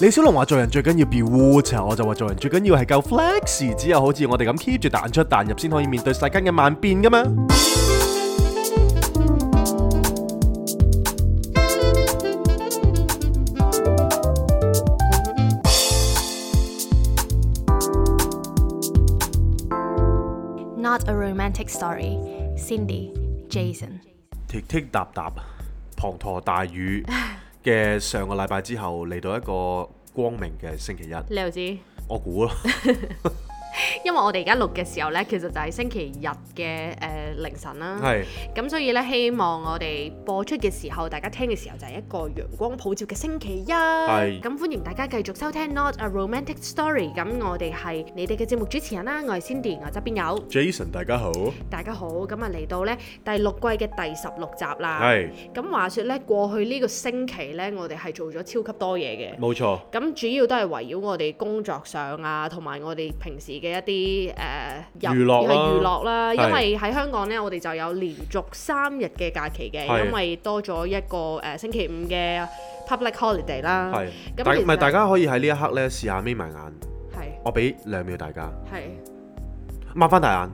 李小龍話做人最緊要 be water，我就話做人最緊要係夠 flex，只有好似我哋咁 keep 住彈出彈入先可以面對世間嘅萬變噶嘛。 Not a romantic story. Cindy, Jason。踢踢踏踏、滂沱大雨嘅上個禮拜之後，嚟到一個光明嘅星期一，你又知？我估啊咯，因為我哋而家錄嘅時候呢，其實就係星期日嘅誒、呃凌晨啦。係咁所以呢，希望我哋播出嘅時候，大家聽嘅時候就係一個陽光普照嘅星期一。係咁歡迎大家繼續收聽 Not a Romantic Story。咁我哋係你哋嘅節目主持人啦，我係 Cindy，我側邊有 Jason，大家好，大家好。咁啊嚟到呢第六季嘅第十六集啦。係咁話說呢，過去呢個星期呢，我哋係做咗超級多嘢嘅。冇錯，咁主要都係圍繞我哋工作上啊，同埋我哋平時嘅一啲誒、呃、入娛樂啦係娛樂啦。因係為喺香港呢，我哋就有連續三日嘅假期嘅，係因為多咗一個誒、呃星期五嘅 public holiday 啦。係，咁大其實唔係大家可以喺呢一刻呢試下眯埋眼，係我俾兩秒大 家係擘翻大眼，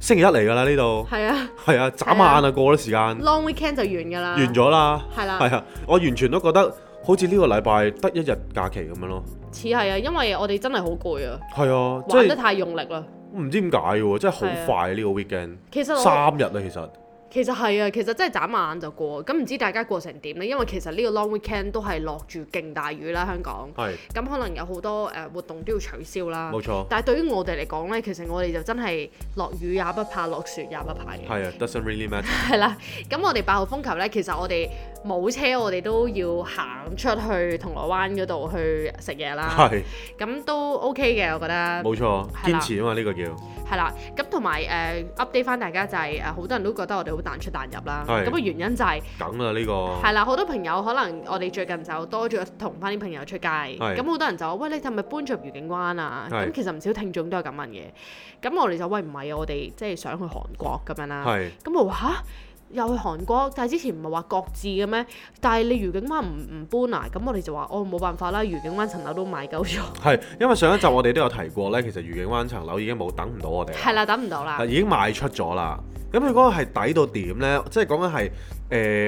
星期一嚟㗎啦呢度，係啊係啊，眨下眼啊過咗時間， ，long weekend 就完㗎啦。完咗啦，係啦係啊，我完全都覺得好似呢個禮拜得一日假期咁樣咯，似係啊，因為我哋真係好攰啊，係啊，即玩得係太啊用力啦。唔知點解喎，真係好快呢個 weekend。其實我三日啊啦，其實其實係啊，其實真係眨下眼就過。咁唔知大家過成點呢？因為其實呢個 long weekend 都係落住勁大雨啦，香港。係咁可能有好多誒、呃活動都要取消啦。冇錯，但係對於我哋嚟講呢，其實我哋就真係落雨也不怕，落雪也不怕嘅。係啊，doesn't really matter。係啦，咁我哋八號風球呢，其實我哋冇車，我哋都要行出去銅鑼灣嗰度去食嘢啦。係咁都 OK 嘅，我覺啊得。冇錯，係啦堅持啊嘛，呢個叫係啦，咁同埋誒 update 翻大家就係、誒呃好多人都覺得我哋好彈出彈入啦。係咁個原因就係、梗啦呢個係啦，好多朋友可能我哋最近就多咗同翻啲朋友出街，咁好多人就話：喂，你係咪搬咗入愉景灣啊？係咁其實唔少聽眾都係咁問嘅。咁我哋就喂唔係啊，我哋即係想去韓國咁樣啦。係咁我話吓，又去韓國，但係之前唔係話各自嘅咩？但係你愉景灣唔唔搬啊？咁我哋就話：哦，冇辦法啦，愉景灣層樓都賣 夠咗，係，因為上一集我哋都有提過呢，其實愉景灣層樓已經冇等唔到我哋啦，係啊啦，等唔到啦係，已經賣出咗啦。咁佢講係抵到點呢？即係講緊係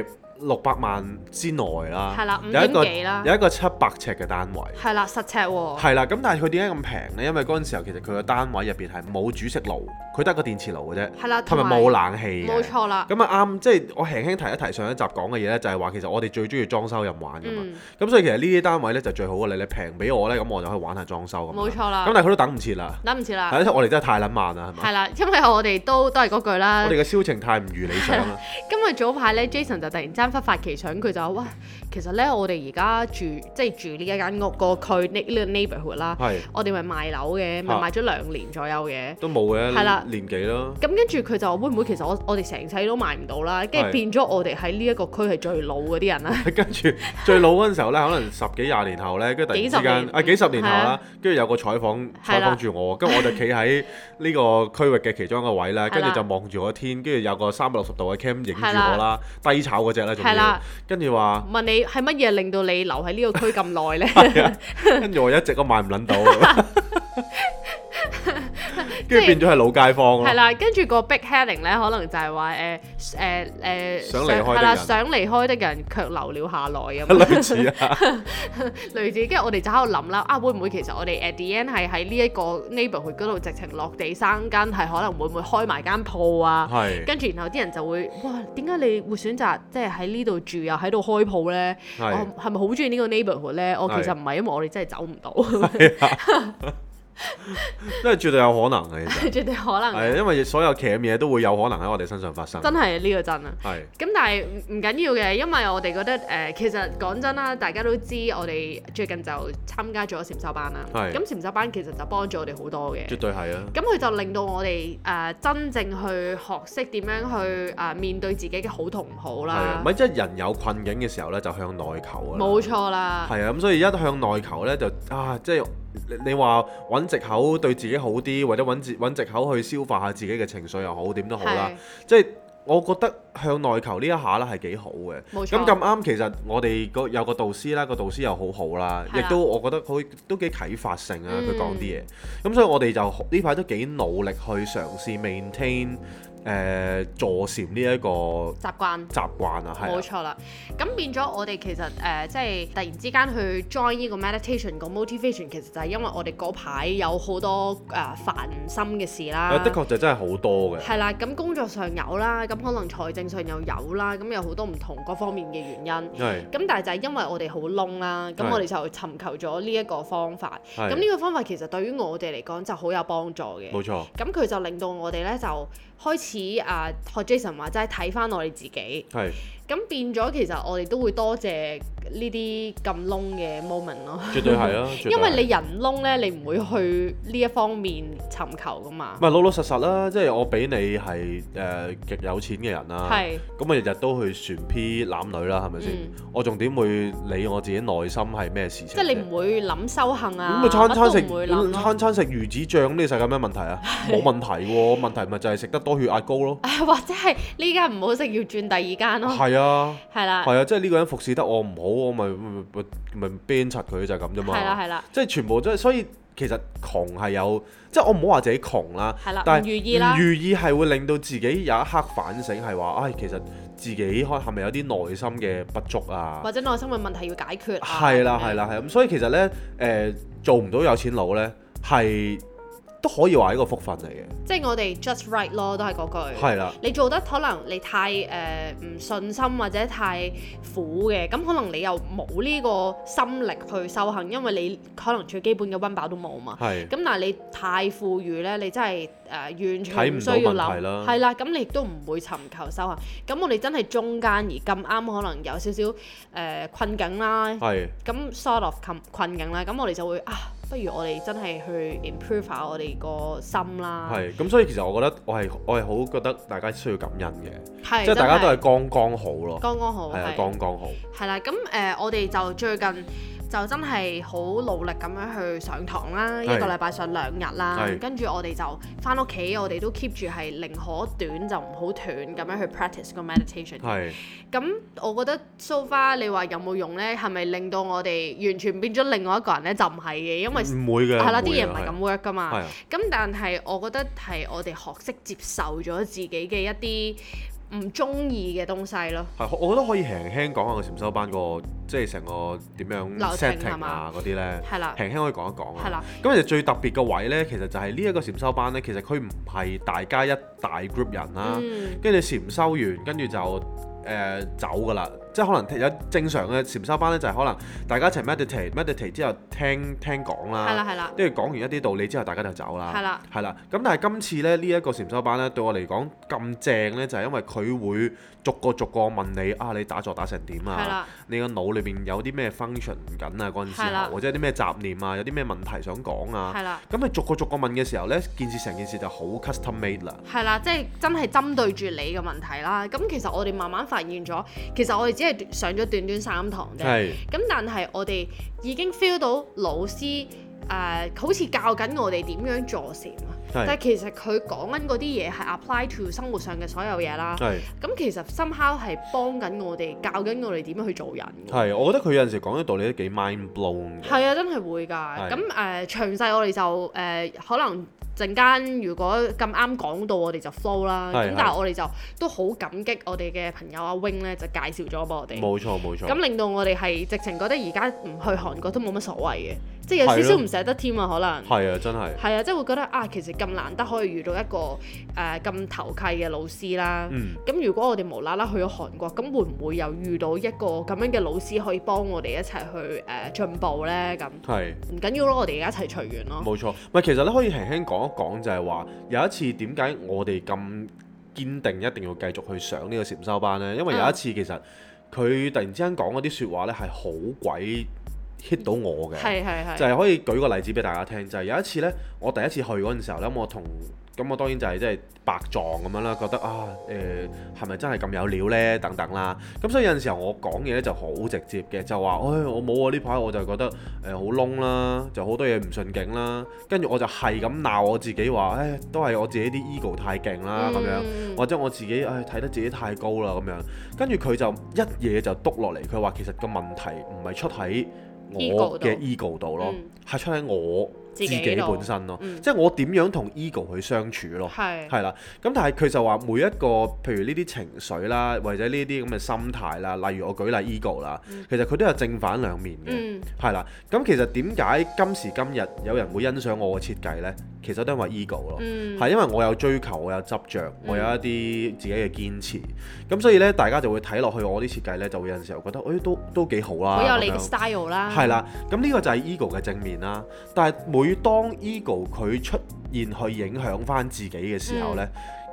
誒六百萬之內啦，係啦，五有一點個幾啦，有一個七百尺嘅單位。係啦，實尺喎，係啦，咁但係佢點解咁平呢？因為嗰陣時候其實佢個單位入邊係冇煮食爐，佢得一個電磁爐嘅啫，係啦，同埋冇冷氣嘅冇錯啦，咁啊啱，即係我輕輕提一提上一集講嘅嘢咧，就係話其實我哋最中意裝修任玩噶嘛。嗯，咁、所以其實呢啲單位咧就最好嘅，你你平俾我咧，咁我就可以玩下裝修咁。冇錯咁啦，但係佢都等唔切啦，等唔切啦。係因為我哋真係太撚慢啦，係咪？係啊啦，因為我哋都都係嗰句啦我。哋嘅銷情太唔如理想 啦。今日早排咧，Jason 就突然間忽發奇想，佢就話：哇，其實咧，我哋而家住即係住呢一間屋個區呢呢個 neighborhood 啦，係我哋咪賣樓嘅，咪啊賣咗兩年左右嘅。都冇嘅，係啦年幾咯。咁跟住佢就話：會唔會其實我我哋成世都賣唔到啦？跟住係變咗我哋喺呢一個區係最老嗰啲人啦。 跟住最老嗰陣時候咧，可能十幾廿年後咧，跟住突然之幾十間年啊幾十年後係啦啊，跟住有個採訪採係啦訪住我，跟住我就企喺呢個區域嘅其中一個位啦，係跟啦住就望住個天，跟住有個三百六十度嘅 cam 影住我啦，低炒嗰只啦，仲係要啦，跟住 話，問你係乜嘢令到你留喺呢個區咁耐 呢？係啊跟住我一直都買唔撚到， 跟住變咗係老街坊係咯，啦，跟住個 big heading 咧，可能就係話誒誒誒，想離開的人係啦，想離開的人卻留了下來 咁樣。類似 啊，類似，跟住我哋就喺度諗啦，啊會唔會其實我哋 at the end 係喺呢一個 neighborhood 嗰度直情落地生根，係可能會唔會開埋間鋪啊？係跟住然後啲人就會，哇點解你會選擇即係喺呢度住又喺度開鋪呢？我係係咪好中意呢個 neighborhood 呢？我係其實唔係，因為我哋真係走唔 到，真係絕對有可能嘅， 其實絕對可能係嘅，因為所有騎嘢都會有可能喺我哋身上發生，真係呢個真啊！係咁但係唔唔緊要嘅，因為我哋覺得誒、呃其實講真啦，大家都知我哋最近就參加咗禪修班啦。係咁禪修班其實就幫咗我哋好多嘅。絕對係啊，咁佢就令到我哋誒、呃真正去學識點樣去誒、呃面對自己嘅好同唔好係啊啦，咪，即係人有困境嘅時候咧，就向內求啊，冇錯啦，係啊，咁所以一向內求咧，就啊，即係你你話揾藉啊口對自己好啲，或者揾藉揾藉口去消化下自己嘅情緒又好，點都好啦。即係我覺得向內求呢一下啦係幾好嘅。冇錯咁咁啱，其實我哋個有個導師啦，個導師又好好啦，係亦啊都我覺得佢都幾啟發性啊，嗯佢講啲嘢。咁所以我哋就呢排都幾努力去嘗試 maintain 誒、呃、坐禪呢一個習慣。習慣啊，係冇啊錯啦，咁變咗我哋其實誒、呃即係突然之間去 join 呢個 meditation 個 motivation，其實就係因為我哋嗰排有好多誒、呃、煩心嘅事啦啊，。的確就真係好多嘅。係啦，咁工作上有啦，咁可能財政上又有啦，咁有好多唔同各方面嘅原因。係咁但係就係因為我哋好窿啦，咁係我哋就尋求咗呢一個方法。係咁呢個方法其實對於我哋嚟講就好有幫助嘅。冇錯，咁佢就令到我哋咧就開始啊，學 Jason 話齋睇翻我哋自己。係咁變咗其實我哋都會多謝呢啲咁窿嘅 moment 咯，絕對係啊，絕對因係為你人窿呢，你唔會去呢一方面尋求噶嘛唔。係老老實實啦，即係我俾你係誒、呃、極有錢嘅人啦，係咁我日日都去船 P 攬女啦，係咪先？嗯我仲點會理我自己內心係咩事情啫？即係你唔會諗修行咁啊，咪餐餐食乜都唔會諗咯，餐餐食魚子醬，呢個世界有咩問題啊？冇問題喎，問題咪就係食得多血壓高咯。 或者係呢間唔好食要轉第二間咯，係啊，係啦，係啊，即係呢個人服侍得我唔好，我咪咪咪咪 ban 柒佢就係咁啫嘛。係啦，係啦，即係全部都係，所以其實窮係有，即係我唔好話自己窮啦，係啦，但啊唔係如意啦唔，如意係會令到自己有一刻反省，係話唉，其實自己可係咪有啲內心嘅不足啊？或者內心嘅問題要解決啊，係啦，咁樣係啦，係咁，所以其實呢，誒、做唔到有錢佬呢，係都可以話係一個福分嚟嘅。即係我哋 just right 咯，都係嗰句。係啦，你做得可能你太呃誒唔、信心或者太苦嘅，咁可能你又冇呢個心力去修行，因為你可能最基本嘅温飽都冇嘛。係咁但係你太富裕咧，你真係誒、呃完全睇唔唔到需要問題諗，啦係啦，咁你亦都唔會尋求修行。咁我哋真係中間而咁啱，可能有少少誒、困境啦，係咁 sort of 困困境啦，咁我哋就會啊，不如我哋真係去 improve 下我哋個心啦，係，咁所以其實我覺得我係我係好覺得大家需要感恩嘅，係即係大家都真係剛剛好咯，剛剛好，係啊，剛剛好，係啦，咁誒、呃我哋就最近就真係好努力咁樣去上堂啦，一係個禮拜上兩日啦，係跟住我哋就翻屋企，我哋都 keep 住係寧可短就唔好斷咁樣去 practice 個 meditation。係咁我覺得 so far 你話有冇用呢？係咪令到我哋完全變咗另外一個人呢？就唔係嘅，因為唔會嘅，係啦，啲會嘅嘢唔係咁 work 噶嘛。係啊，咁但係我覺得係我哋學識接受咗自己嘅一啲唔中意嘅東西咯。係我覺得可以輕輕講下個禪修班個即係成個點樣流程係 setting 嘛啊嗰啲呢，係啦，輕輕可以講一講係啊。啦，咁其實最特別嘅位呢，其實就係呢一個禪修班呢，其實佢唔係大家一大 group 人啦、嗯。跟住禪修完，跟住就誒、呃走㗎啦。即係可能有正常嘅禪修班咧，就係可能大家一齊 meditate，meditate 之後聽聽講係啦，啦係啦，跟住講完一啲道理之後，大家就走啦。係啦，係啦。咁但係今次咧呢一、個禪修班咧，對我嚟講咁正咧，就係、因為佢會逐個逐個問你啊，你打坐打成點係啊？啦，你個腦裏邊有啲咩 function 緊啊？嗰陣時係啦候，或者有啲咩雜念啊？有啲咩問題想講啊？係啦。咁你逐個逐個問嘅時候咧，件事成件事就好 custom made 啦。係啦，即係真係針對住你嘅問題啦。咁其實我哋慢慢發現咗，其實我哋只係上咗短短三堂啫。係咁但係我哋已經 feel 到老師誒、呃好似教緊我哋點樣坐禪啊。但係係其實佢講緊嗰啲嘢係 apply to 生活上嘅所有嘢啦。係。咁其實 somehow 係幫緊我哋，教緊我哋點樣去做人㗎。係，我覺得佢有陣時講啲道理都幾 mind blown 嘅。係啊，真係會㗎。係咁誒、呃、詳細我哋就誒、呃可能陣間如果咁啱講到，我哋就 flow 啦。係咁係但係我哋就都好感激我哋嘅朋友阿 wing 咧，就介紹咗俾我冇哋。錯冇錯。咁令到我哋係直情覺得而家唔去韓國都冇乜所謂嘅，即係係有咯少少唔捨得添啊，可能。係啊，真係。係啊，即係會覺得啊，其實咁難得可以遇到一個誒咁、投契嘅老師啦。嗯，咁如果我哋無啦啦去咗韓國，咁會唔會又遇到一個咁樣嘅老師可以幫我哋一齊去誒、呃、進步呢？咁係唔緊要咯，我哋而家一齊隨緣咯。冇錯。唔係，其實咧可以輕輕講一講，就係話有一次點解我哋咁堅定一定要繼續去上呢個禪修班呢？因為嗯有一次其實佢突然之間講嗰啲説話呢係好鬼 hit 到我嘅。係係啊就係，係可以舉個例子俾大家聽，就係、有一次呢，我第一次去嗰陣時候呢，咁我同咁我當然就係即係白撞咁樣啦，覺得啊誒係咪真係咁有料呢？等等啦。咁所以有陣時候我講嘢咧就好直接嘅，就話：，唉、我冇啊！呢排我就覺得誒好窿啦，就好多嘢唔順境啦。跟住我就係咁鬧我自己話：，唉、都係我自己啲 ego 太勁啦啊咁樣。嗯或者我自己唉睇得自己太高啦咁樣，跟住佢就一嘢就篤落嚟，佢話其實個問題唔係出喺我 Ego 嘅度 ego 度咯嗯，係、出喺我自自己己度本身咯，嗯即係我點樣同 ego 去相處咯。係係啦，咁但係佢就話每一個譬如呢啲情緒啦，或者呢啲咁嘅心態啦，例如我舉例 ego 啦，其實佢都有正反兩面嘅。嗯係啦，咁其實點解今時今日有人會欣賞我嘅設計呢？其實都因為 ego 咯，嗯係、因為啊我有追求，我有執着，我有一啲自己嘅堅持，咁所以呢，大家就會睇落去我啲設計呢，就會有陣時候覺得，誒、都都幾好啦，好有你咁嘅樣 style 啦，係啦，咁呢個就係 ego 嘅正面啦。但係每當 ego 佢出現去影響翻自己嘅時候嗯呢，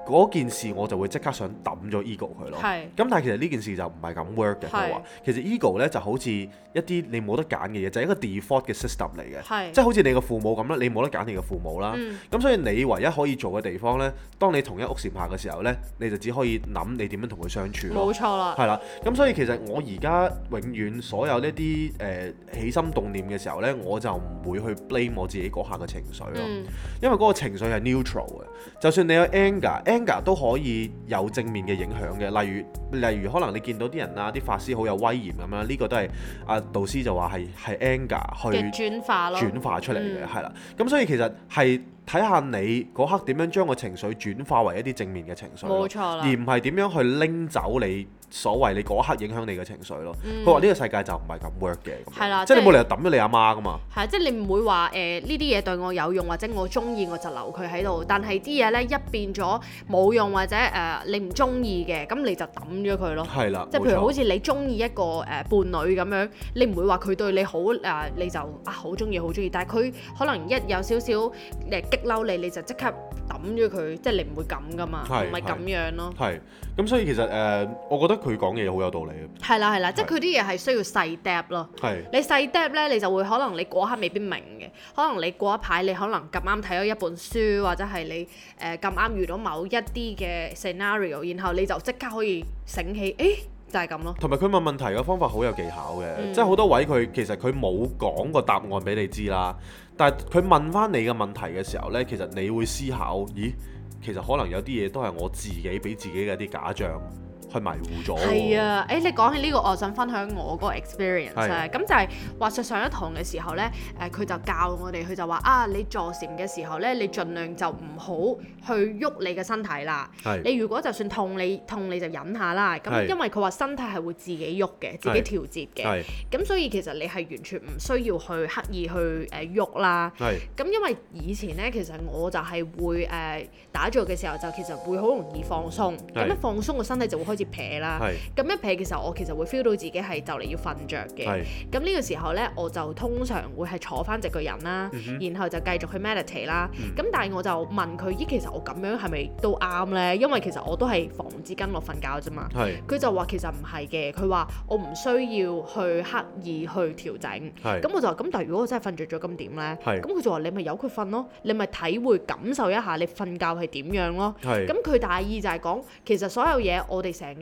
嗰、件事我就會即刻想抌咗 ego 佢咯。係咁但係其實呢件事就唔係咁 work 嘅，佢話其實 ego 呢就好似一啲你冇得揀嘅嘢，就係、一個 default 嘅 system 嚟嘅，係即係好似你個父母咁啦，你冇得揀你個父母啦。嗯咁所以你唯一可以做嘅地方呢，當你同一屋檐下嘅時候呢，你就只可以諗你點樣同佢相處咯冇。錯啦，係啦，咁所以其實我而家永遠所有呢啲誒起心動念嘅時候呢，我就唔會去 blame 我自己嗰下嘅情緒咯，嗯因為嗰個情緒係 neutral 嘅。就算你有 anger，anger 都可以有正面嘅影響嘅，例如例如可能你見到啲人啊，啲法師好有威嚴咁樣，呢、個都係阿導師就話係係 anger 去嘅轉化咯，轉化出嚟嘅，嗯係啦、咁所以其實係睇下你嗰刻點樣將個情緒轉化為一啲正面嘅情緒咯冇錯啦而，唔係點樣去拎走你所謂你嗰一刻影響你嘅情緒咯。佢話呢個世界就唔係咁 work 嘅，咁樣嗯係啦即係你即係冇理由抌咗你阿媽噶嘛。係啊即係你唔會話誒呢啲嘢對我有用或者我中意我就留佢喺度，但係啲嘢咧一變咗冇用或者誒、呃你唔中意嘅，咁你就抌咗佢咯。係啦，即係譬如好似似你中意一個誒、呃伴侶咁樣，你唔會話佢對你好誒、呃你就啊好中意好中意，但係佢可能一有少少誒呃激嬲你，你就即刻抌咗佢，即係你唔會咁噶嘛，係唔係係咁樣咯。係咁，所以其實誒、呃我覺得佢講嘢好有道理嘅，係啦係啦，即係係佢啲嘢係需要細 d 咯。係你細 d 咧，你就會可能你嗰刻未必明嘅，可能你過一排你可能咁啱睇咗一本書，或者係你誒咁啱遇到某一啲嘅 scenario，然後你就即刻可以醒起，誒就係咁咯。同埋佢問問題嘅方法好有技巧嘅，嗯即係好多位佢其實佢冇講個答案俾你知啦，但係佢問翻你嘅問題嘅時候呢，其實你會思考，咦，其實可能有啲嘢都係我自己俾自己嘅一啲假象去迷糊咗喎。係啊，誒、你講起呢、個，我想分享我嗰個 experience 係啊。咁就係話説上一堂嘅時候咧，誒、佢就教我哋，佢就話啊，你坐禪嘅時候咧，你盡量就唔好去喐你嘅身體啦。係，你如果就算痛你痛你就忍下啦，咁係因為佢話身體係會自己喐嘅，自己係調節嘅，係咁所以其實你係完全唔需要去刻意去誒喐啦。係咁因為以前咧，其實我就係會誒、呃打坐嘅時候就其實會好容易放鬆，咁係一放鬆個身體就會開始撇啦。係咁一撇嘅時候，我其實會 feel 到自己係就嚟要瞓着嘅。係咁呢個時候呢，我就通常會係坐翻直個人啦，嗯然後就繼續去 meditate 啦。咁、但係我就問佢：咦，其實我咁樣係咪都啱呢？因為其實我都係防止跟落瞓覺啫嘛。係佢就話其實唔係嘅，佢話我唔需要去刻意去調整。係咁我就話咁，但係如果我真係瞓着咗，咁點呢？係咁佢就話你咪由佢瞓咯，你咪體會感受一下你瞓覺係點樣咯。係咁佢大意就係講，其實所有嘢我哋成日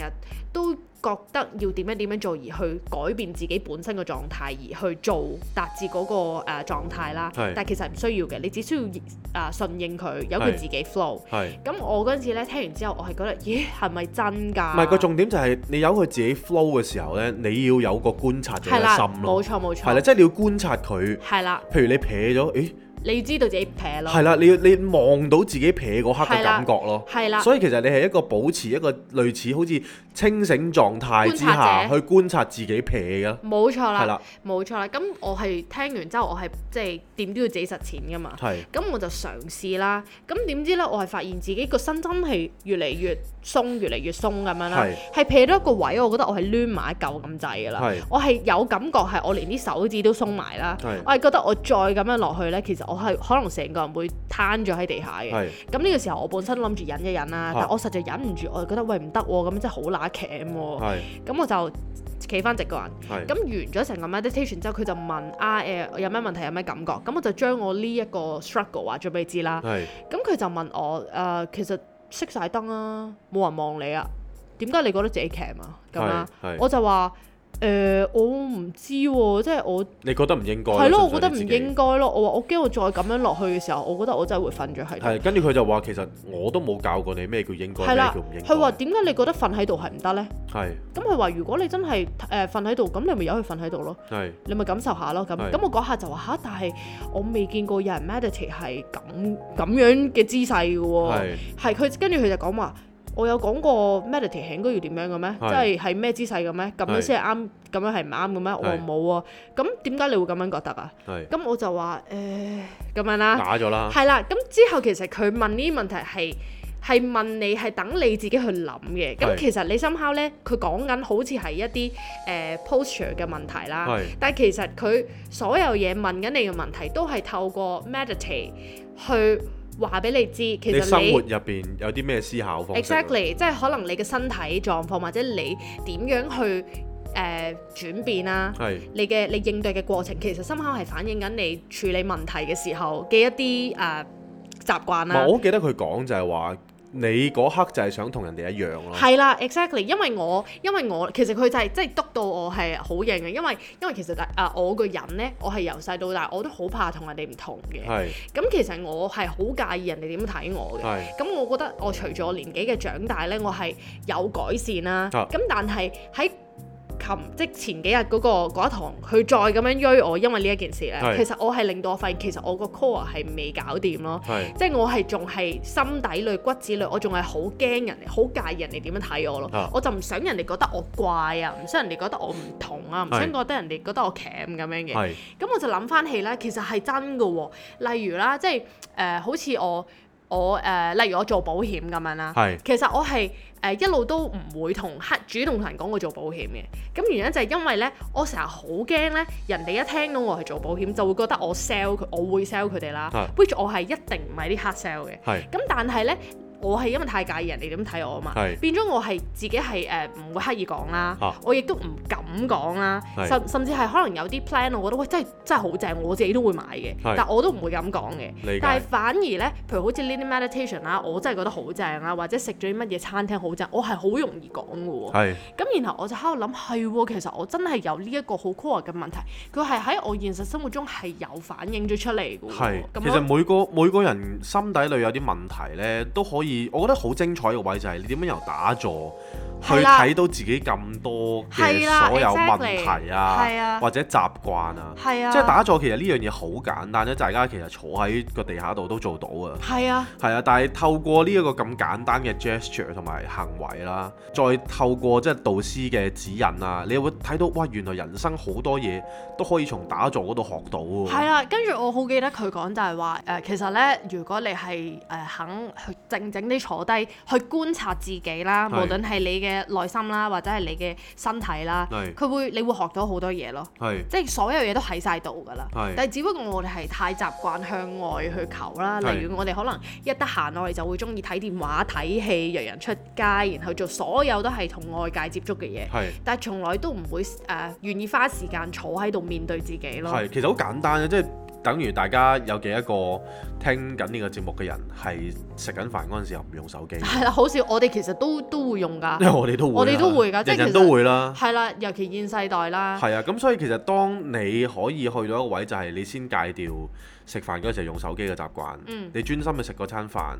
都覺得要點樣點樣做，而去改變自己本身嘅狀態，而去做達至嗰、個誒、呃、狀態啦。係但係其實唔需要嘅，你只需要誒、呃、順應佢，由佢係自己 flow。係。咁我嗰陣時咧聽完之後，我係覺得，咦係咪真㗎？唔係個重點就係你由佢自己 flow 嘅時候呢，你要有個觀察者係啦，嘅心冇咯，錯冇係啦，錯，即係你要觀察佢。係啦，譬如你撇咗，誒你要知道自己撇咯，係啦，你要你望到自己撇嗰刻嘅感覺咯。係啦，所以其實你係一個保持一個類似好似清醒狀態之下去觀察者觀察自己撇嘅，冇錯係啦，啦，冇錯啦。咁我係聽完之後，我係即係點都要自己實踐㗎嘛。係咁我就嘗試啦，咁點知呢？我係發現自己個身真係越嚟越鬆，越嚟越鬆咁樣啦係，係撇到一個位，我覺得我係攣埋一嚿咁滯噶啦係，我係有感覺係我連啲手指都鬆埋啦係，我係覺得我再咁樣落去呢，其實我係可能成個人會攤咗喺地下嘅。係咁呢個時候我本身諗住忍一忍啦，嚇但我實在忍唔住，我就覺得喂唔得喎，咁真係好乸鉗喎。係咁我就企翻直個人。係咁完咗成個 meditation 之後，佢就問啊誒、有咩問題，有咩感覺？咁我就將我呢一個 struggle 話咗俾佢知啦。係咁啊佢就問我誒、呃其實熄晒燈啊，冇人望你啊，點解你覺得自己 cam 啊？咁啦係係，我就話誒、呃我唔知喎、即係我你覺得唔應該？係咯，我純粹覺得你唔自己應該咯。我話我驚我再咁樣落去嘅時候，我覺得我真係會瞓咗喺度。係，跟住佢就話其實我都冇教過你咩叫應該，係咩啦叫唔應，該。佢話點解你覺得瞓喺度係唔得呢？係咁佢話如果你真係誒瞓喺度，咁你咪由佢瞓喺度咯。係你咪感受下咯，咁係咁我嗰下就話吓，但係我未見過有人 meditate 係咁咁樣嘅姿勢嘅喎，係係佢跟住佢就講話，我有講過 meditate 係應該要點樣嘅咩？係即係係咩姿勢嘅咩？咁樣係先係啱，咁樣係唔啱嘅咩？我話係冇啊，咁點解你會咁樣覺得啊？係咁我就話誒咁樣啦，啞咗啦，係啦，咁之後其實佢問呢啲問題係。係問你係等你自己去諗嘅，係咁其實你深敲咧，佢講緊好似係一啲誒、呃 posture 嘅問題啦，係但係其實佢所有嘢問緊你嘅問題，都係透過 meditate 去話俾你知，其你生實活你入邊有啲咩思考方式啊？ exactly 即係可能你嘅身體狀況，或者你點樣去誒、呃、轉變啦、係你嘅你應對嘅過程，其實深刻係反映緊你處理問題嘅時候嘅一啲誒、呃、習慣唔啦係，。我好記得佢講就係話你嗰刻就係想同人哋一樣咯。係啦，exactly，因為我因為我其實佢就係即係督到我係好型嘅，因為因為其實啊、我個人呢，我係由細到大我都好怕同人哋唔同嘅。係咁其實我係好介意人哋點睇我嘅。係咁我覺得我隨住我年紀嘅長大呢，我係有改善啦。啊咁但係喺琴即前幾日嗰、個嗰一堂，佢再咁樣追我，因為呢一件事呢，係其實我係令到我發現其實我個 core 係未搞掂咯。係即係我係仲係心底裏骨子裏，我仲係好驚人哋，好介意人哋點樣睇我咯。啊我就唔想人哋覺得我怪啊，唔想人哋覺得我唔同啊，唔係想覺得人哋覺得我鉗咁樣嘅。係咁我就諗翻起咧，其實係真㗎喎。例如啦，即係誒、呃好似我我誒、呃例如我做保險咁樣啦。係其實我係誒、呃一路都唔會同黑主動同人講我做保險嘅。咁原因就係因為咧，我成日好驚咧，人哋一聽到我係做保險，就會覺得我 sell 佢，我會 sell 佢哋啦係。 which 我係一定唔係啲黑 sell 嘅。係咁但係咧，我係因為太介意人哋點睇我啊嘛，係變咗我係自己係誒唔會刻意講啦，啊我亦都唔敢講啦，係甚甚至係可能有啲 plan，我覺得喂真係真係好正，我自己都會買嘅，係但我都唔會咁講嘅。理但係解反而咧，譬如好似呢啲 meditation 啦，我真係覺得好正啊啦，或者食咗啲乜嘢餐廳好正，我係好容易講嘅喎。係咁然後我就喺度諗，係喎，其實我真係有呢一個好 core 嘅問題，佢係喺我現實生活中係有反映咗出嚟嘅喎。係。咁其我實每個每個人心底裏有啲問題咧，都可以，我覺得好精彩嘅位就係你點樣由打坐。去係啦睇到自己咁多嘅係啦所有問 exactly，題係啊啊，或者習慣啊，係啊，即係打坐其實呢樣嘢好簡單啫，大家其實坐喺個地下度都做到啊。係啊。係啊，但係透過呢一個咁簡單嘅 gesture 同埋行為啦，再透過即係導師嘅指引啊，你會睇到哇，原來人生好多嘢都可以從打坐嗰度學到喎。係啊啦，跟住我好記得佢講就係話誒，其實咧，如果你係誒、呃肯去靜靜啲坐低去觀察自己啦，無係論係你嘅內心啦，或者係你嘅身體啦，係佢會你會學到好多嘢咯。係即係所有嘢都喺晒度㗎啦係，但係只不過我哋係太習慣向外去求啦。係例如我哋可能一得閒，我哋就會中意睇電話、睇戲、約人出街，然後做所有都係同外界接觸嘅嘢，係但係從來都唔會誒、呃、願意花時間坐喺度面對自己咯。係，其實好簡單嘅，即係等於大家有幾一個聽緊呢個節目嘅人係食緊飯嗰陣時候唔用手機，係啦，好少，我哋其實都都會用因為㗎，我哋都會啦，我哋都會㗎即人係人其實都會啦。係啦，尤其現世代啦，係啊，咁所以其實當你可以去到一個位，就係你先戒掉食飯嗰時候用手機嘅習慣，嗯你專心去食嗰餐飯，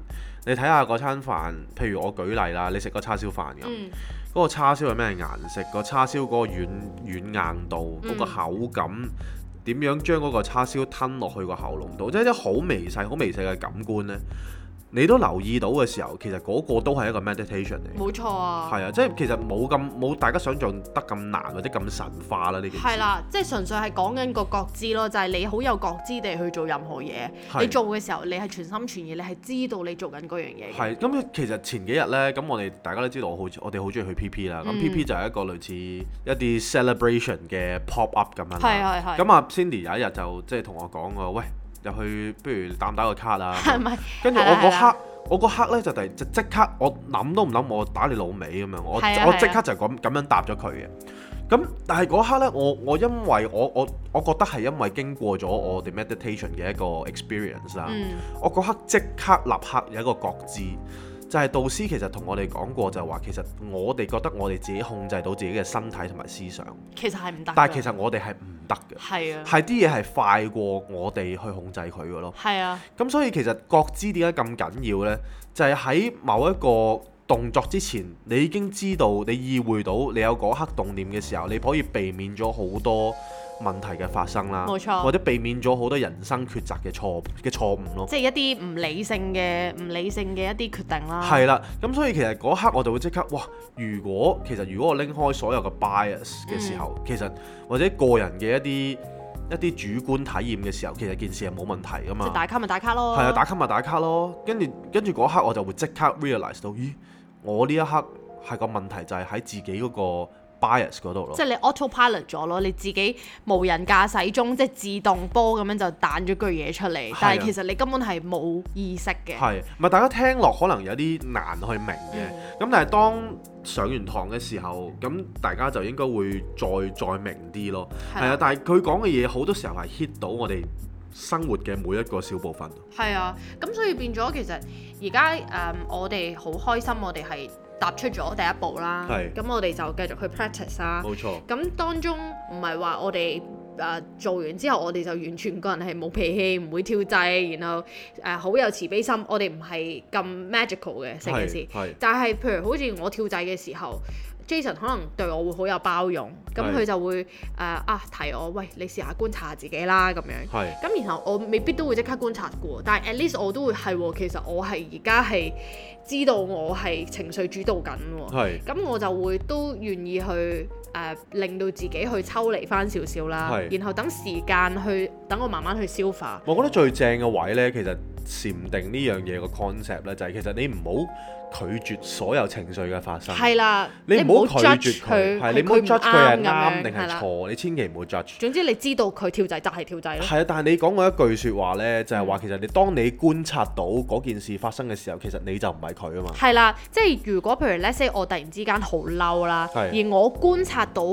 你睇下嗰餐飯，譬如我舉例啦，你食個叉燒飯咁，嗰、嗯個叉燒係咩顏色，個叉燒嗰個軟軟硬度，嗰、嗯個口感。點樣將嗰個叉燒吞落去個喉嚨度，即係一啲好微細、好微細嘅感官呢，你都留意到嘅時候，其實嗰個都係一個 meditation 嚟嘅。冇錯啊，係啊，即係其實冇咁冇大家想象得咁難或者咁神化啦呢件事。係啦，即係純粹係講緊個覺知咯，就係你好有覺知地去做任何嘢，係你做嘅時候你係全心全意，你係知道你做緊嗰樣嘢嘅，係咁，其實前幾日呢，咁我哋大家都知道，我好我哋好中意去 PP 啦。咁嗯 PP 就係一個類似一啲 celebration 嘅 pop up 咁樣啊係啦。係係，咁啊，Cindy 有一日就即係同我講話，喂，入去，不如打唔打個卡啊？ 係咪？跟住係我啦係嗰啦刻，我嗰刻咧就突然就即刻，我諗都唔諗，我打你老味咁樣，我係啊我係啊即刻就咁咁樣答咗佢嘅。咁但係嗰刻咧，我我因為我我我覺得係因為經過咗我哋 meditation 嘅一個 experience 啦，嗯，我嗰刻即刻立刻有一個覺知，就係、導師其實同我哋講過就係話，其實我哋覺得我哋自己控制到自己嘅身體同埋思想，其實係唔得㗎。但係其實我哋係唔得嘅，係啊，係啲嘢係快過我哋去控制佢嘅咯。係啊，咁所以其實覺知點解咁緊要呢？就係、喺某一個動作之前，你已經知道你意會到你有嗰刻動念嘅時候，你可以避免咗好多問題嘅發生啦，冇錯或者避免咗好多人生抉擇嘅錯嘅錯誤咯。即係一啲唔理性嘅、唔理性嘅一啲決定啦。係啊啦，咁所以其實嗰刻我就會即刻哇！如果其實如果我拎開所有嘅 bias 嘅時嗯候，其實或者個人嘅一啲一啲主觀體驗嘅時候，其實件事係冇問題噶嘛即係。打卡咪打卡咯。係啊，打卡咪打卡咯。跟住跟住嗰刻我就會即刻 realize 到，咦，我呢一刻係個問題就係喺自己嗰個 bias 嗰度咯即。係你 autopilot 咗咯，你自己無人駕駛中即係自動波咁樣就彈咗句嘢出嚟係啊，但係其實你根本係冇意識嘅。係，咪大家聽落可能有啲難去明嘅。咁、但係當上完堂嘅時候，咁大家就應該會再再明啲咯。係係啊，但係佢講嘅嘢好多時候係 hit 到我哋生活嘅每一個小部分。係啊，咁所以變咗其實而家誒我哋好開心，我哋係踏出咗第一步啦。係咁我哋就繼續去 practice 啦。冇錯，咁當中唔係話我哋誒、呃做完之後，我哋就完全個人係冇脾氣，唔會跳掣，然後誒、呃好有慈悲心。我哋唔係咁 magical 嘅成件事係。係但係譬如好似我跳掣嘅時候，Jason 可能對我會好有包容，咁係佢就會誒、呃啊提我，喂，你試下觀察下自己啦咁樣。係咁然後我未必都會即刻觀察嘅喎，但係 at least 我都會係喎，其實我係而家係知道我係情緒主導緊喎。係咁我就會都願意去誒、呃令到自己去抽離翻少少啦，係然後等時間去等我慢慢去消化。我覺得最正嘅位呢，其實禪定呢樣嘢個 concept 呢，就係其實你唔好拒絕所有情緒嘅發生。係啦，你唔好拒 judge 絕佢，係你唔好佢唔 judge 佢係咁樣啱定係係啦錯，你千祈唔好 judge。總之你知道佢跳掣就係跳掣咯。係啊，但係你講過一句説話呢，就係話其實你當你觀察到嗰件事發生嘅時候，其實你就唔係佢啊嘛。係啦，即係如果譬如 let's say 我突然之間好嬲啦，係而我觀察到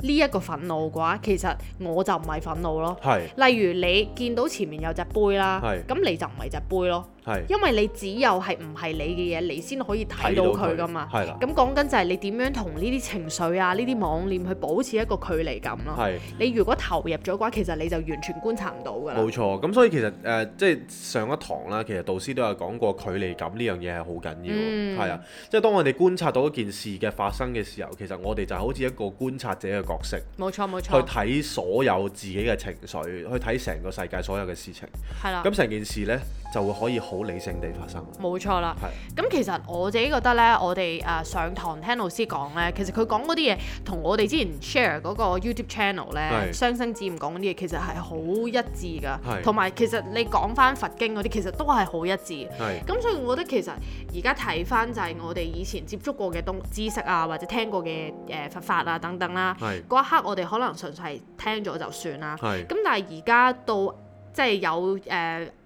呢一個憤怒嘅話，其實我就唔係憤怒咯。係例如你見到前面有隻杯啦係，咁你就唔係隻杯咯，係因為你只有係唔係你嘅嘢，你先可以睇到佢噶嘛。係啦，咁講緊就係你點樣同呢啲情緒啊、呢啲妄念去保持一個距離感咯。係你如果投入咗嘅話，其實你就完全觀察唔到㗎啦冇。錯。咁所以其實誒、呃即係上一堂啦，其實導師都有講過距離感呢樣嘢係好緊嗯要，係啊、即係當我哋觀察到一件事嘅發生嘅時候，其實我哋就好似一個觀察者嘅角色。冇錯冇去錯，睇所有自己嘅情緒，去睇成個世界所有嘅事情，係啦咁，成件事呢，就會可以好理性地發生。冇錯啦。係咁其實我自己覺得咧，我哋誒、呃上堂聽老師講咧，其實佢講嗰啲嘢同我哋之前 share 嗰個 YouTube channel 咧係雙生子唔講嗰啲嘢，其實係好一致㗎。係同埋其實你講翻佛經嗰啲，其實都係好一致。係咁所以我覺得其實而家睇翻就係我哋以前接觸過嘅東知識啊，或者聽過嘅誒、呃佛法啊等等啦、係嗰一刻我哋可能純粹係聽咗就算啦。係咁但係而家到即係有誒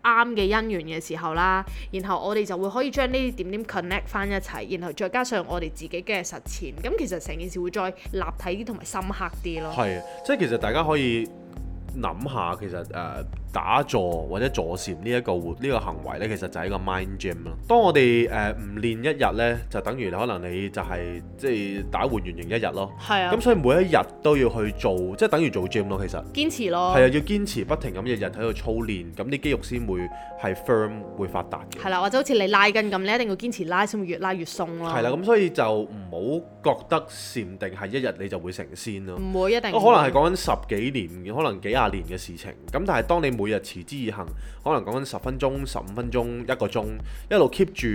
啱嘅姻緣嘅時候啦，然後我哋就會可以將呢啲點點 connect 翻一齊，然後再加上我哋自己嘅實踐，咁其實成件事會再立體啲同埋深刻啲咯。係，即係其實大家可以諗下，其實誒、呃打坐或者坐禪呢一個活呢、個行為呢，其實就係一個 mind gym 咯。當我哋誒唔練一日呢，就等於可能你就係、即係打回原形一日咯。係啊咁，所以每一日都要去做，即係等於做 gym 咯，其實。堅持咯係，啊，要堅持不停咁日日喺度操練，咁啲肌肉先會係 firm 會發達嘅。係啦，或者好似你拉筋咁，你一定要堅持拉先會越拉越鬆咯。係啦，咁所以就唔好覺得禪定係一日你就會成仙咯。唔會一定我可能係講緊十幾年，可能幾廿年嘅事情。咁但係當你每日持之以恒，可能講緊十分鐘、十五分鐘、一個鐘，一路 keep 住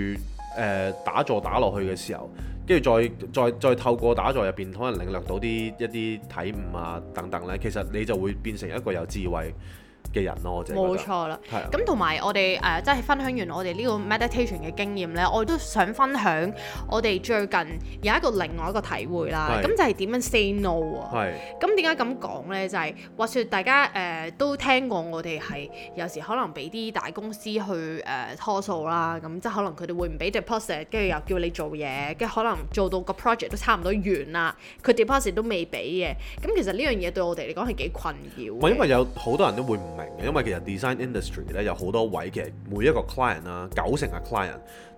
誒打坐打落去嘅時候，跟住再再再透過打坐入邊，可能領略到啲一啲體悟啊等等呢，其實你就會變成一個有智慧嘅人咯，我自己覺冇得。錯啦。係啊，咁同埋我哋誒、呃即係分享完我哋呢個 meditation 嘅經驗呢，我都想分享我哋最近有一個另外一個體會啦。係咁就係點樣 say no 啊？係咁點解咁講呢？就係、話説大家誒、呃都聽過我哋係有時可能俾啲大公司去誒、呃拖數啦，咁即係可能佢哋會唔俾 deposit，跟住又叫你做嘢，跟住可能做到個 project 都差唔多完啦，佢 deposit 都未俾嘅。咁其實呢樣嘢對我哋嚟講係幾困擾唔嘅。係因為有好多人都會唔明嘅，因為其實 design industry 咧有好多位，其實每一個 client 啦，九成嘅 client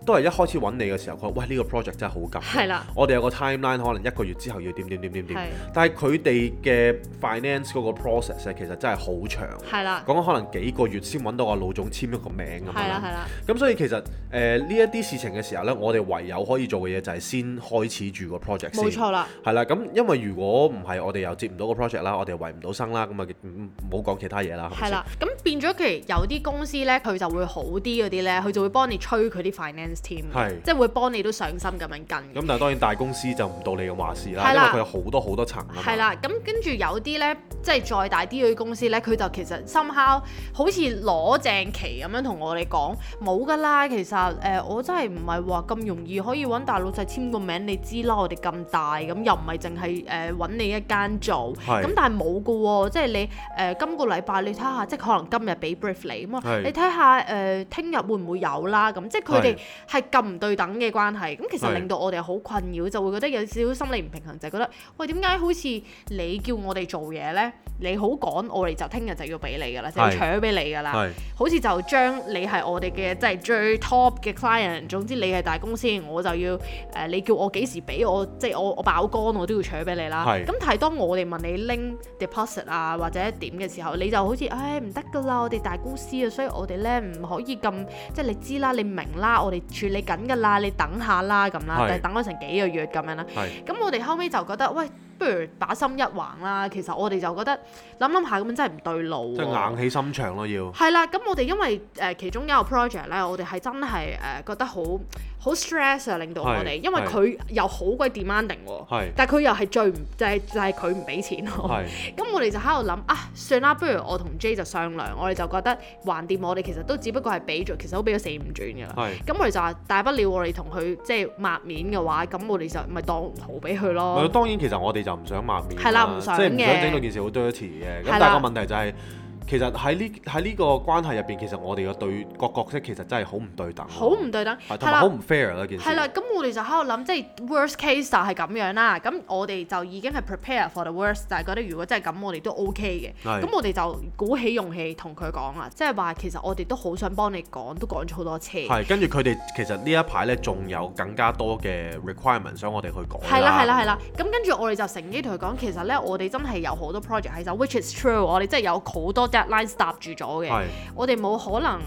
都係一開始揾你嘅時候，佢話喂呢、個 project 真係好緊，係啦，我哋有個 timeline，可能一個月之後要點點點點係點，但係佢哋嘅 finance 嗰個 process 咧，其實真係好長，係啦，講緊可能幾個啊月先揾到個老總簽一個名咁樣係啦，係啦。啦，咁所以其實誒呢一啲事情嘅時候呢，我哋唯有可以做嘅嘢就係先開始住個 project 先。冇錯啦。係啦，咁因為如果唔係，我哋又接唔到個 project 啦，我哋圍唔到生啦，咁啊嗯唔好講其他嘢啦，係咪係先啦，咁變咗其實有啲公司咧，佢就會好啲嗰啲咧，佢就會幫你催佢啲 finance team，係即係會幫你都上心咁樣跟嘅。咁但係當然大公司就唔到你嘅話事啦，係因為啦佢有好多好多層啊嘛。係啦，咁跟住有啲呢，即係再大啲嘅公司呢，佢就其實 somehow 好似攞正旗咁樣同我哋講冇㗎啦。其實誒、呃我真係唔係話咁容易可以揾大老細簽個名，你知啦。我哋咁大咁，又唔係淨係誒揾你一間做，係咁但係冇㗎喎，即係你誒、呃今個禮拜你睇下，即係可能今日俾 brief 你咁啊係，你睇下誒聽日會唔會有啦咁，即係佢哋係係咁唔對等嘅關係，咁其實係令到我哋好困擾，就會覺得有少少心理唔平衡，就係覺得喂點解好似你叫我哋做嘢呢？你好趕，我哋就聽日就要俾你㗎啦，就要係搶俾你㗎啦，係好似就將你係我哋嘅即係最 top 嘅 client，總之你係大公司，我就要誒、呃你叫我幾時俾我，即係我我爆肝我都要搶俾你啦。係咁但係當我哋問你拎 deposit 啊或者點嘅時候，你就好似唉唔得㗎啦，我哋大公司啊，所以我哋咧唔可以咁即係你知啦，你明啦，我哋處理緊㗎啦，你等下啦咁啦，係就係等咗成幾個月咁樣啦。係咁我哋後尾就覺得喂，不如把心一橫啦。其實我哋就覺得諗諗下咁樣真係唔對路即喎、係硬起心腸咯，要係啦，咁我哋因為誒、呃其中一個 project 咧，我哋係真係誒、呃、覺得好好 stress 啊，令到我哋，係因為係佢又好鬼 demanding 喎，係但係佢又係最唔就係、就係佢唔俾錢咯。係咁我哋就喺度諗啊，算啦，不如我同 J 就商量，我哋就覺得橫掂，我哋其實都只不過係俾咗，其實都俾咗四五轉㗎啦。係。咁我哋就話大不了我哋同佢即係抹面嘅話，咁我哋就咪當好俾佢唔係咯。當然，其實我哋就唔想抹面係啦唔想即係唔嘅想整到件事好 dirty 嘅。咁係啦但係個問題就係、其實喺呢喺呢個關係入邊，其實我哋嘅對各角色其實真係好唔對等咯，好唔對等，係係同埋好啦，唔 fair 啦件事。係啦，咁我哋就喺度諗，即係 worst case 就係咁樣啦。咁我哋就已經係 prepare for the worst，就係覺得如果真係咁，我哋都 OK 嘅。係咁我哋就鼓起勇氣同佢講啦，即係話其實我哋都好想幫你講，都講咗好多次。係，跟住佢哋其實呢一排咧，仲有更加多嘅 requirement 想我哋去改係啦係啦係啦，咁跟住我哋就乘機同佢講，其實呢，我哋真係有好多 project 喺手，which is true，我哋真係有好多 deadline 搭住咗嘅。係我哋冇可能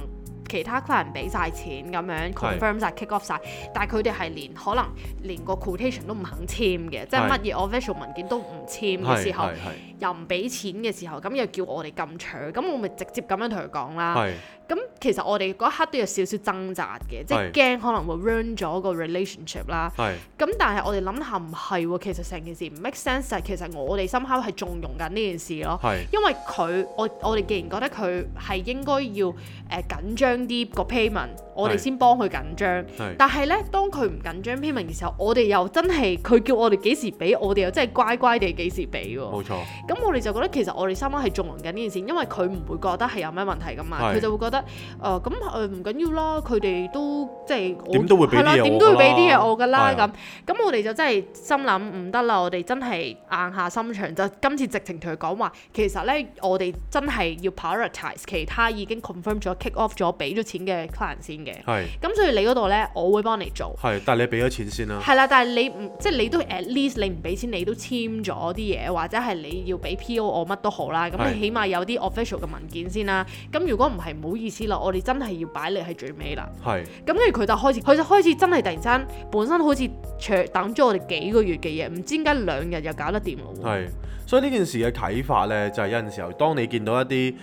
其他 client 俾晒錢咁樣 confirm 晒 kick off 晒，但係佢哋係連可能連個 quotation 都唔肯簽嘅，即係係乜嘢 official 文件都唔簽嘅係時候係，係又唔俾錢嘅時候，咁又叫我哋咁搶，咁我咪直接咁樣同佢講啦。係咁其實我哋嗰一刻都有少少掙扎嘅，即係係驚可能會 ruin 咗個 relationship 啦。係咁但係我哋諗下唔係喎，其實成件事唔 make sense，就係其實我哋深刻係縱容緊呢件事咯。係因為佢我我哋既然覺得佢係應該要誒、呃、緊張啲個 payment，我哋係先幫佢緊張。係但係呢，當佢唔緊張 payment 嘅時候，我哋又真係佢叫我哋幾時俾，我哋又真係乖乖地幾時俾喎。冇錯，咁我哋就覺得其實我哋心諗係縱容緊呢件事，因為佢唔會覺得係有咩問題噶嘛，係佢就會覺得誒咁誒唔緊要啦，佢哋都即係我點都會俾啲係啦嘢我㗎啦點都會俾啲嘢我㗎啦係咁啊。咁我哋就真係心諗唔得啦，我哋真係硬下心腸，就今次直情同佢講話，其實咧我哋真係要 prioritize 其他已經 confirm 咗 kick off 咗俾咗錢嘅 client 先嘅。係咁所以你嗰度咧，我會幫你做。係，但係你俾咗錢先啦，係啦，但係你唔即係你都 at least 你唔俾錢，你都簽咗啲嘢，或者係你要俾 PO 我乜都好啦。咁係你起碼有啲 official 嘅文件先啦。咁如果唔係，唔好意思啦，我哋真係要擺你喺最尾啦。係咁跟住佢就開始，佢就開始真係突然間，本身好似長等咗我哋幾個月嘅嘢，唔知點解兩日又搞得掂咯喎。係。所以呢件事嘅啟發呢，就係有陣時候，當你見到一啲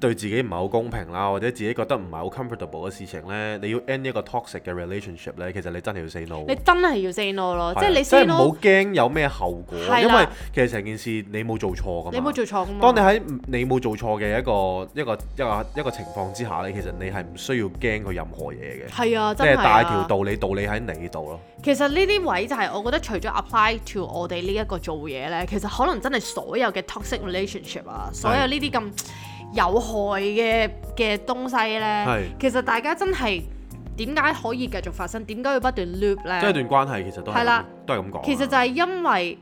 對自己唔係好公平啦，或者自己覺得唔係好 comfortable 嘅事情呢，你要 end 一個 toxic 嘅 relationship 呢，其實你真係要 say no 你。真係要 say no 咯，即係係啊你真 say 係唔 no，好驚有咩後果，係啦因為其實成件事你冇做啊錯噶嘛。你冇做錯噶啊嘛。當你喺唔你冇做錯嘅一個一個一個一個情況之下呢，其實你係唔需要驚佢任何嘢嘅，係啊，即真係係大啊條道理，道理喺你度咯。其實呢啲位就係我覺得除咗 apply to 我哋呢一個做嘢呢，其實可能真係所有嘅 toxic relationship 啊，所有呢啲咁有害嘅嘅東西呢，係，其實大家真係點解可以繼續發生？點解要不斷 loop 即係啊呢？段關係其實都係係咁啦都係咁講啦。其實就係因為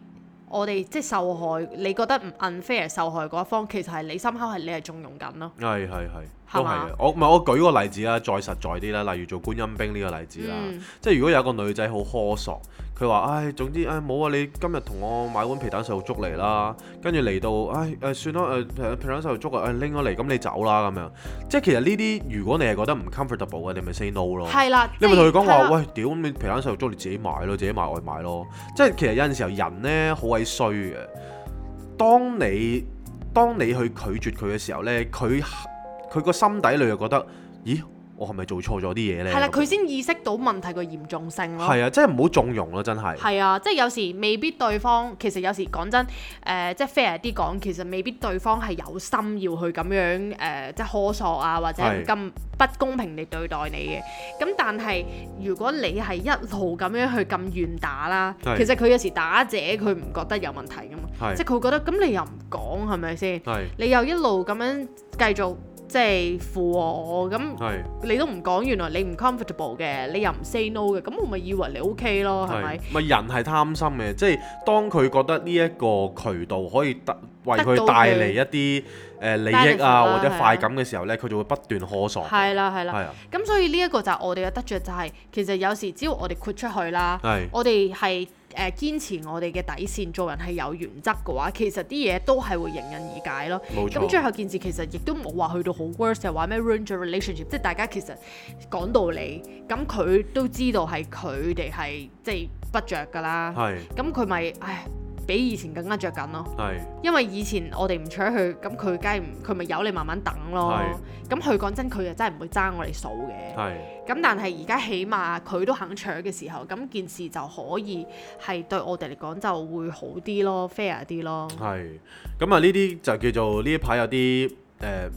我哋即係受害，你覺得唔 unfair 受害嗰一方，其實係你深刻係你係縱容緊咯。係係係，係都係嘛嘅。我唔係我舉個例子啦，啊再實在啲啦，例如做觀音兵呢個例子啦，嗯即係如果有一個女仔好苛索，佢話：唉，總之唉冇啊，你今日同我買碗皮蛋瘦肉粥嚟啦，跟住嚟到唉誒算啦誒、皮蛋瘦肉粥啊，誒拎咗嚟，咁你走啦咁樣。即係其實呢啲如果你係覺得唔 comfortable 嘅，你咪 say no 咯。係啦，哦你咪同佢講即係係啊話，啦喂，屌你皮蛋瘦肉粥你自己買咯，自己買外賣咯。即係其實有陣時候人呢，好鬼衰嘅。當你當你去拒絕佢嘅時候呢，佢佢個心底裏就覺得，咦，我係咪做錯咗啲嘢呢？係啦，佢先意識到問題嘅嚴重性咯。係啊，真係唔好縱容咯，真係。係啊，即係有時未必對方，其實有時講真，誒、即係 fair 啲講，其實未必對方係有心要去咁樣誒、即係苛索啊，或者係咁不公平地對待你嘅。咁但係如果你係一路咁樣去咁怨打啦，係其實佢有時打者佢唔覺得有問題噶嘛，係即係佢會覺得咁你又唔講係咪先？係你又一路咁樣繼續即係附和我咁。係你都唔講，原來你唔 comfortable 嘅，你又唔 say no 嘅，咁我咪以為你 OK 咯，係咪係，？咪人係貪心嘅，即係當佢覺得呢一個渠道可以得為得到佢佢帶嚟一啲誒利 benefit 益啊啦或者係啊快感嘅時候呢，佢就會不斷苛索。係啦，係啦。係啊，咁所以呢一個就係我哋嘅得着，就係、其實有時只要我哋豁出去啦，係我哋係誒堅持我哋嘅底線，做人係有原則嘅話，其實啲嘢都係會迎刃而解咯。冇錯。咁最後件事其實亦都冇話去到好 worst，又話咩 ruin your relationship，即係大家其實講道理，咁佢都知道係佢哋係即係不着㗎啦。係咁佢咪唉比以前更加着緊咯。係因為以前我哋唔搶佢，咁佢梗係唔佢咪由你慢慢等咯。咁佢講真，佢又真係唔會爭我哋數嘅。係咁但係而家起碼佢都肯搶嘅時候，咁件事就可以係對我哋嚟講就會好啲咯，fair 啲咯。係。咁啊，呢啲就叫做呢一排有啲誒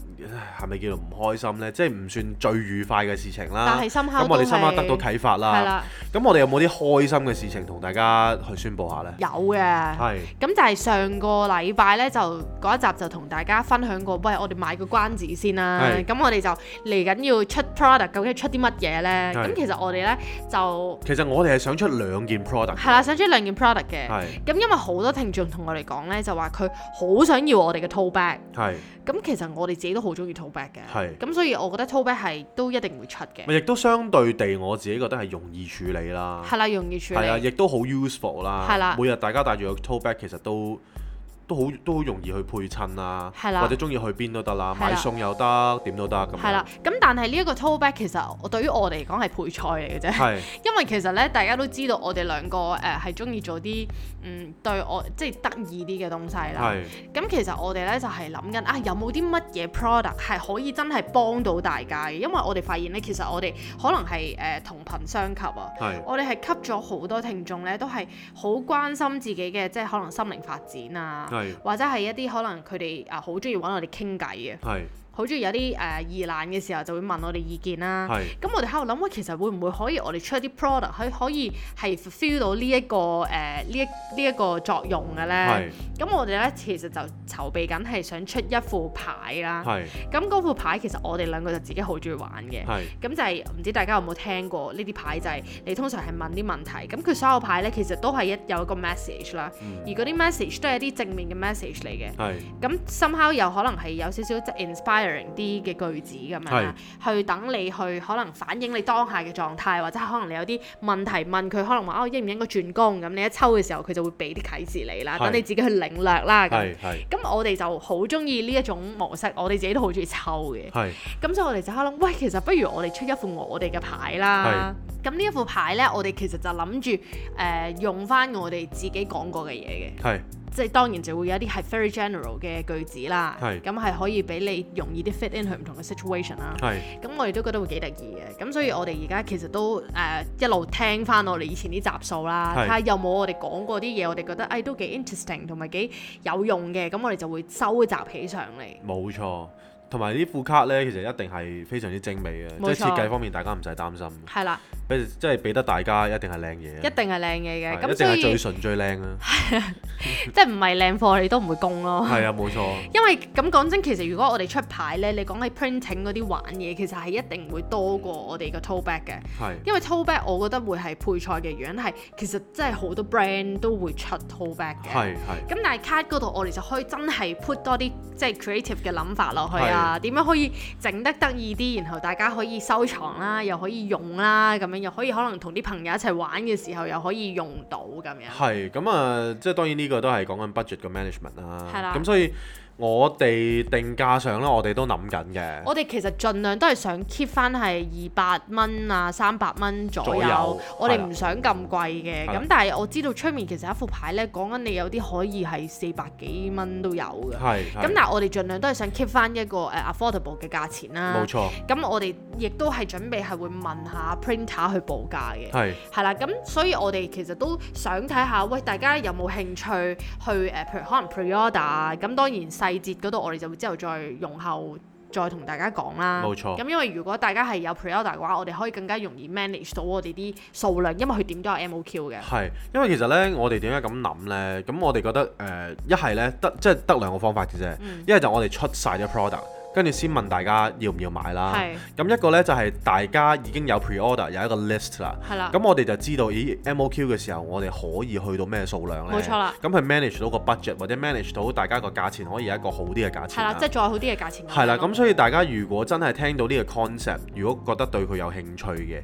係咪叫做唔開心呢？即係唔算最愉快嘅事情但啦。係深刻咁我哋都深刻係得到啟發係啦。啦，咁我哋有冇啲開心嘅事情同大家去宣佈下呢？有嘅。係咁就係啊上個禮拜呢，就嗰一集就同大家分享過，喂，我哋買個關子先啦。係咁我哋就嚟緊要出 product，究竟出啲乜嘢呢？係咁其實我哋呢，就其實我哋係想出兩件 product。係啦，想出兩件 product 嘅。係咁因為好多聽眾同我哋講呢，就話佢好想要我哋嘅 tote bag。係咁其實我哋自己都好中意 tote bag 嘅。係。咁所以我覺得 tote bag 係都一定會出嘅。咪亦都相對地，我自己覺得係容易處理啦。係啦，容易處係啊，理。亦都好 useful 啦。係啦每日大家帶住個 tote bag，其實都都好都好容易去配襯啦，係啦或者中意去邊都得啦，係啦買餸又得，點都得咁樣。係啦，咁但係呢一個 tote bag 其實我對於我嚟講係配菜嚟嘅啫。係，因為其實咧，大家都知道我哋兩個誒係中意做啲嗯對我即係得意啲嘅東西啦。係咁其實我哋咧就係諗緊啊，有冇啲乜嘢 product 係可以真係幫到大家嘅？因為我哋發現咧，其實我哋可能係誒、呃同頻相吸啊。係我哋係吸咗好多聽眾咧，都係好關心自己嘅，即係可能心靈發展啊，係或者係一啲可能佢哋啊好中意揾我哋傾偈嘅，係好中意有啲誒、呃疑難嘅時候就會問我哋意見啦。係咁我哋喺度諗，喂，其實會唔會可以我哋出一啲 product 可以可以係 fulfill 到呢、一個誒呢一呢一個作用嘅咧？係咁我哋咧其實就籌備緊係想出一副牌啦。係咁嗰副牌其實我哋兩個就自己好中意玩嘅。係咁就係、唔知大家有冇聽過呢啲牌就係、你通常係問啲問題，咁佢所有牌咧其實都係一有一個 message 啦，嗯而嗰啲 message 都係一啲正面嘅 message 嚟嘅。係咁 somehow 又可能係有少少即係 inspiring 啲嘅句子咁樣啦，去等你去可能反映你當下嘅狀態，或者係可能你有啲問題問佢，可能話哦應唔應該轉工咁，你一抽嘅時候佢就會俾啲啟示你啦，係等你自己去領略啦咁。係係咁我哋就好中意呢一種模式，我哋自己都好中意抽嘅。係咁所以我哋就喺度諗，喂，其實不如我哋出一副我哋嘅牌啦。咁呢一副牌呢，我哋其實就諗住誒用翻我哋自己講過嘅嘢嘅，係即係當然就會有一啲係 very general 嘅句子啦，係咁係可以俾你容易啲 fit in 去唔同嘅 situation 啦。係咁我哋都覺得會幾得意嘅，咁所以我哋而家其實都誒、呃一路聽翻我哋以前啲集數啦，係睇下有冇我哋講過啲嘢，我哋覺得誒、哎都幾 interesting 同埋幾有用嘅，咁我哋就會收集起上嚟。冇錯。同埋呢副卡呢，其實一定係非常之精美嘅，即冇錯係設計方面大家唔使擔心，係啦，俾即係俾得大家一定係靚嘢啊一定，係靚嘢嘅，係咁一定所係最以純最靚 啊！即係唔係靚貨你都唔會供咯。係啊，冇錯，因為咁講真，其實如果我哋出牌呢，你講起 printing 嗰啲玩嘢，其實係一定會多過我哋個 tote bag 嘅。係因為 tote bag 我覺得會係配菜嘅原因係，其實真係好多 brand 都會出 tote bag 嘅。係係咁但係 card 嗰度，我哋就可以真係 put 多啲即係 creative 嘅諗法落去啊，點樣可以整得得意啲，然後大家可以收藏啦，又可以用啦，咁樣又可以可能同啲朋友一齊玩嘅時候又可以用到咁樣。係咁啊！即係當然呢個都係講緊 budget 嘅 management 係啦啦。咁所以我哋定價上咧，我哋都諗緊嘅。我哋其實盡量都係想 keep 翻係二百蚊啊、三百蚊左右，左右我哋係啦唔想咁貴嘅。係啦咁但係我知道出面其實一副牌呢，講緊你有啲可以係四百幾蚊都有嘅。係咁係但係我哋盡量都係想 keep 翻一個誒 affordable 嘅價錢啦。冇錯，咁我哋亦都係準備係會問下 printer 去報價嘅，係係啦。咁所以我哋其實都想睇下，喂大家有冇興趣去誒、呃譬如可能 pre-order 啊咁當然細節嗰度我哋就會之後再用後再同大家講啦。冇錯咁因為如果大家係有 pre-order 嘅話，我哋可以更加容易 manage 到我哋啲數量，因為佢點都有 MOQ 嘅。係，因為其實咧，我哋點解咁諗咧？咁我哋覺得誒，一係咧得即係得兩個方法嘅啫。嗯一係就我哋出晒啲 product，跟住先問大家要唔要買啦。係咁一個咧就係大家已經有 pre order 有一個 list 啦。係啦，咁我哋就知道，咦 MOQ 嘅時候，我哋可以去到咩數量咧？冇錯啦。咁去 manage 到個 budget 或者 manage 到大家個價錢可以有一個好啲嘅價係錢啦，啦即。係再好啲嘅價錢。啊係啦，咁所以大家如果真係聽到呢個 concept，如果覺得對佢有興趣嘅，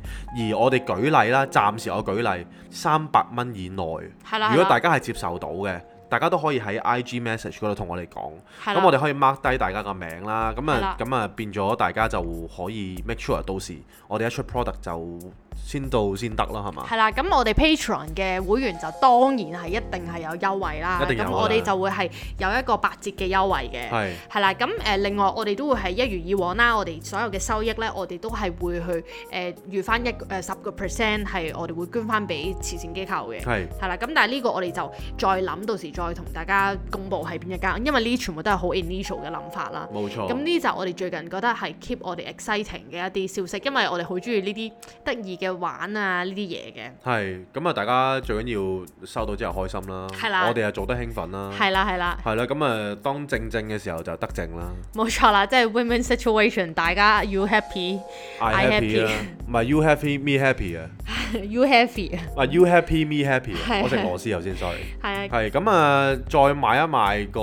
而我哋舉例啦，暫時我舉例三百蚊以內，係啦，如果係啦大家係接受到嘅，大家都可以喺 IG message 嗰度同我哋講，係啦咁我哋可以 mark 低大家個名啦，咁係啊啦咁啊變咗大家就可以 make sure 到時我哋一出 product 就先到先得啦，係嘛？係啦，咁我哋 Patreon 嘅會員就當然係一定係有優惠啦。一定有啊㗎咁我哋就會係有一個八折嘅優惠嘅。係係啦，咁誒、呃另外我哋都會係一如以往啦，我哋所有嘅收益呢，我哋都係會去誒、呃、預翻一誒十個 percent 係我哋會捐翻俾慈善機構嘅。係係啦，咁但係呢個我哋就再諗，到時再同大家公佈係邊一間，因為呢啲全部都係好 initial 嘅諗法啦。冇錯，咁呢就我哋最近覺得係 keep 我哋 exciting 嘅一啲消息，因為我哋好中意呢啲得意嘅玩啊呢啲嘢嘅。係咁啊！大家最緊要收到之後開心啦，係啦我哋又做得興奮啦，係啦係啦，係啦，咁啊，當正正嘅時候就得正啦冇錯啦，即係 women situation，大家 you happy，you I ，I happy 啦，唔係 you happy me happy 啊， happy，唔係 you happy me happy 啊，係我食螺絲頭先，sorry。係啊，係咁啊，再賣一賣個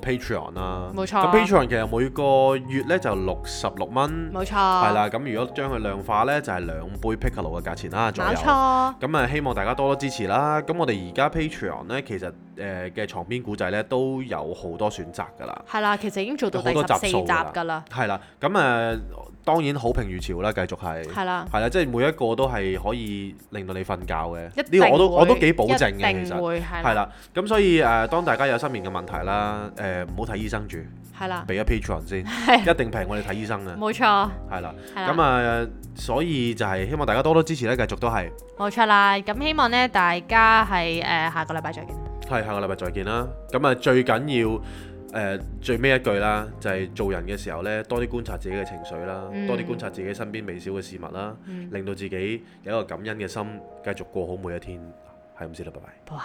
Patreon 啦，冇錯咁 Patreon 其實每個月咧就六十六蚊，冇錯，係，啦。咁如果將佢量化咧，就係兩杯 Piccolo 嘅價錢啦，左右冇。錯，咁啊，希望大家多多支持啦。咁我哋而家 Patreon 咧，其實誒嘅床邊古仔咧都有好多選擇㗎啦，係啦，其實已經做到有第好多十四集集數㗎㗎啦，係啦。咁誒當然好評如潮啦，繼續係係啦，係啦，即係每一個都係可以令到你瞓覺嘅。呢一個我都定我都會幾保證一嘅，定其實。會係係啦，啦，咁所以誒、呃，當大家有失眠嘅問題啦，誒唔好睇醫生住，係啦，俾咗 Patreon 先，一定平我哋睇醫生嘅，冇錯，係啦。係嗯咁啦，啊、呃所以就係希望大家多多支持咧，繼續都係，冇錯啦，咁希望呢，大家係誒下個禮拜再見，係下個禮拜再見啦。咁啊，最緊要誒、呃最尾一句啦，就係、做人嘅時候咧，多啲觀察自己嘅情緒啦，嗯多啲觀察自己身邊微小嘅事物啦，嗯令到自己有一個感恩嘅心，繼續過好每一天。係咁先啦，拜拜。拜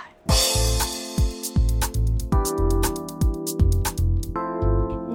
拜。